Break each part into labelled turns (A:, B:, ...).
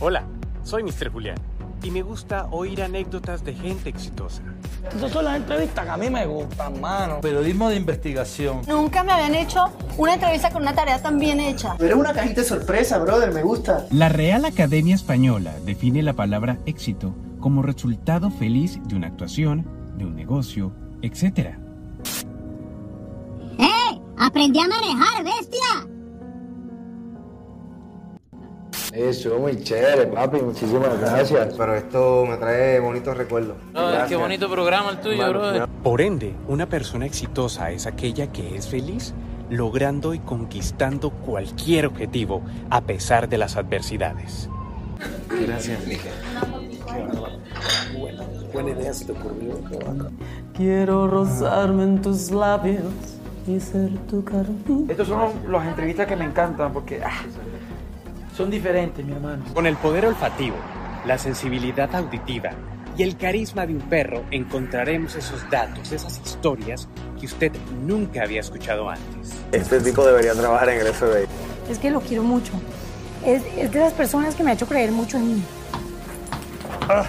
A: Hola, soy Mr. Julián y me gusta oír anécdotas de gente exitosa.
B: Esas son las entrevistas que a mí me gustan, mano.
C: Periodismo de investigación.
D: Nunca me habían hecho una entrevista con una tarea tan bien hecha.
E: Pero es una cajita de sorpresa, brother, me gusta.
F: La Real Academia Española define la palabra éxito como resultado feliz de una actuación, de un negocio, etc.
G: ¡Eh! ¡Aprendí a manejar, bestia!
H: Eso, muy chévere, papi, muchísimas gracias.
I: Pero esto me trae bonitos recuerdos.
J: No, qué bonito programa el tuyo, Mano, bro.
A: Por ende, una persona exitosa es aquella que es feliz, logrando y conquistando cualquier objetivo a pesar de las adversidades.
I: Gracias, Mija.
K: Buena, buena idea se te ocurrió.
L: Quiero rozarme en tus labios y ser tu carmín.
M: Estas son las entrevistas que me encantan porque... Ah, son diferentes, mi hermano.
A: Con el poder olfativo, la sensibilidad auditiva y el carisma de un perro encontraremos esos datos, esas historias que usted nunca había escuchado antes.
I: Este tipo debería trabajar en el FBI.
N: Es que lo quiero mucho. Es, es de las personas que me ha hecho creer mucho en mí. Ah.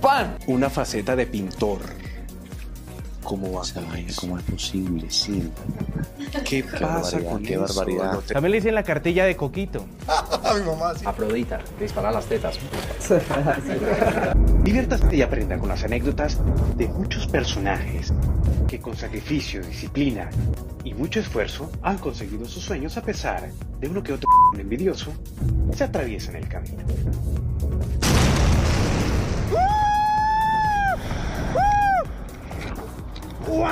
A: ¡Pan! Una faceta de pintor. ¿Cómo va a
O: ¿Cómo es posible? Sí.
A: ¿Qué, qué pasa con
O: Qué eso? barbaridad.
P: También le dicen la cartilla de Coquito.
I: Mi mamá, sí.
Q: Afrodita, dispara las tetas.
A: Diviértase y aprenda con las anécdotas de muchos personajes que con sacrificio, disciplina y mucho esfuerzo han conseguido sus sueños a pesar de uno que otro envidioso se atraviesa en el camino.
I: ¡Wow!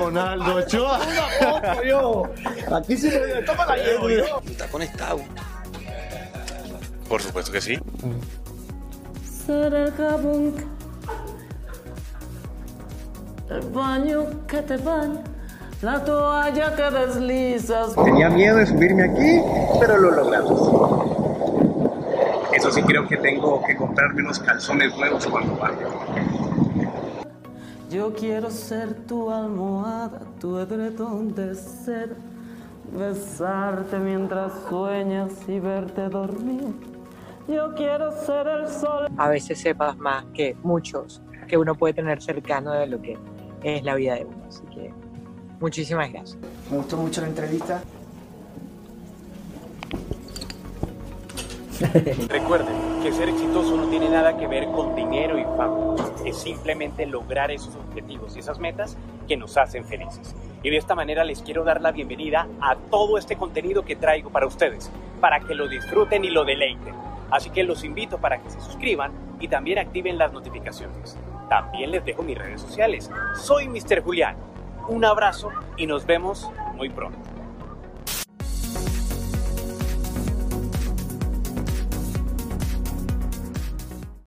P: Ronaldo Ochoa.
I: Aquí se lo toma la llevo yo.
Q: Está conectado.
A: Por supuesto que sí.
L: Será el jabón. El baño que te baña. La toalla que deslizas.
I: Tenía miedo de subirme aquí, pero lo logramos. Eso sí creo que tengo que comprarme unos calzones nuevos cuando vaya.
L: Yo quiero ser tu almohada, tu edredón de ser, besarte mientras sueñas y verte dormir. Yo quiero ser el sol.
R: A veces sepas más que muchos que uno puede tener cercano de lo que es la vida de uno. Así que muchísimas gracias.
E: Me gustó mucho la entrevista.
A: Recuerden que ser exitoso no tiene nada que ver con dinero y fama, es simplemente lograr esos objetivos y esas metas que nos hacen felices. Y de esta manera les quiero dar la bienvenida a todo este contenido que traigo para ustedes, para que lo disfruten y lo deleiten. Así que los invito para que se suscriban y también activen las notificaciones. También les dejo mis redes sociales. Soy Mr. Julián. Un abrazo y nos vemos muy pronto.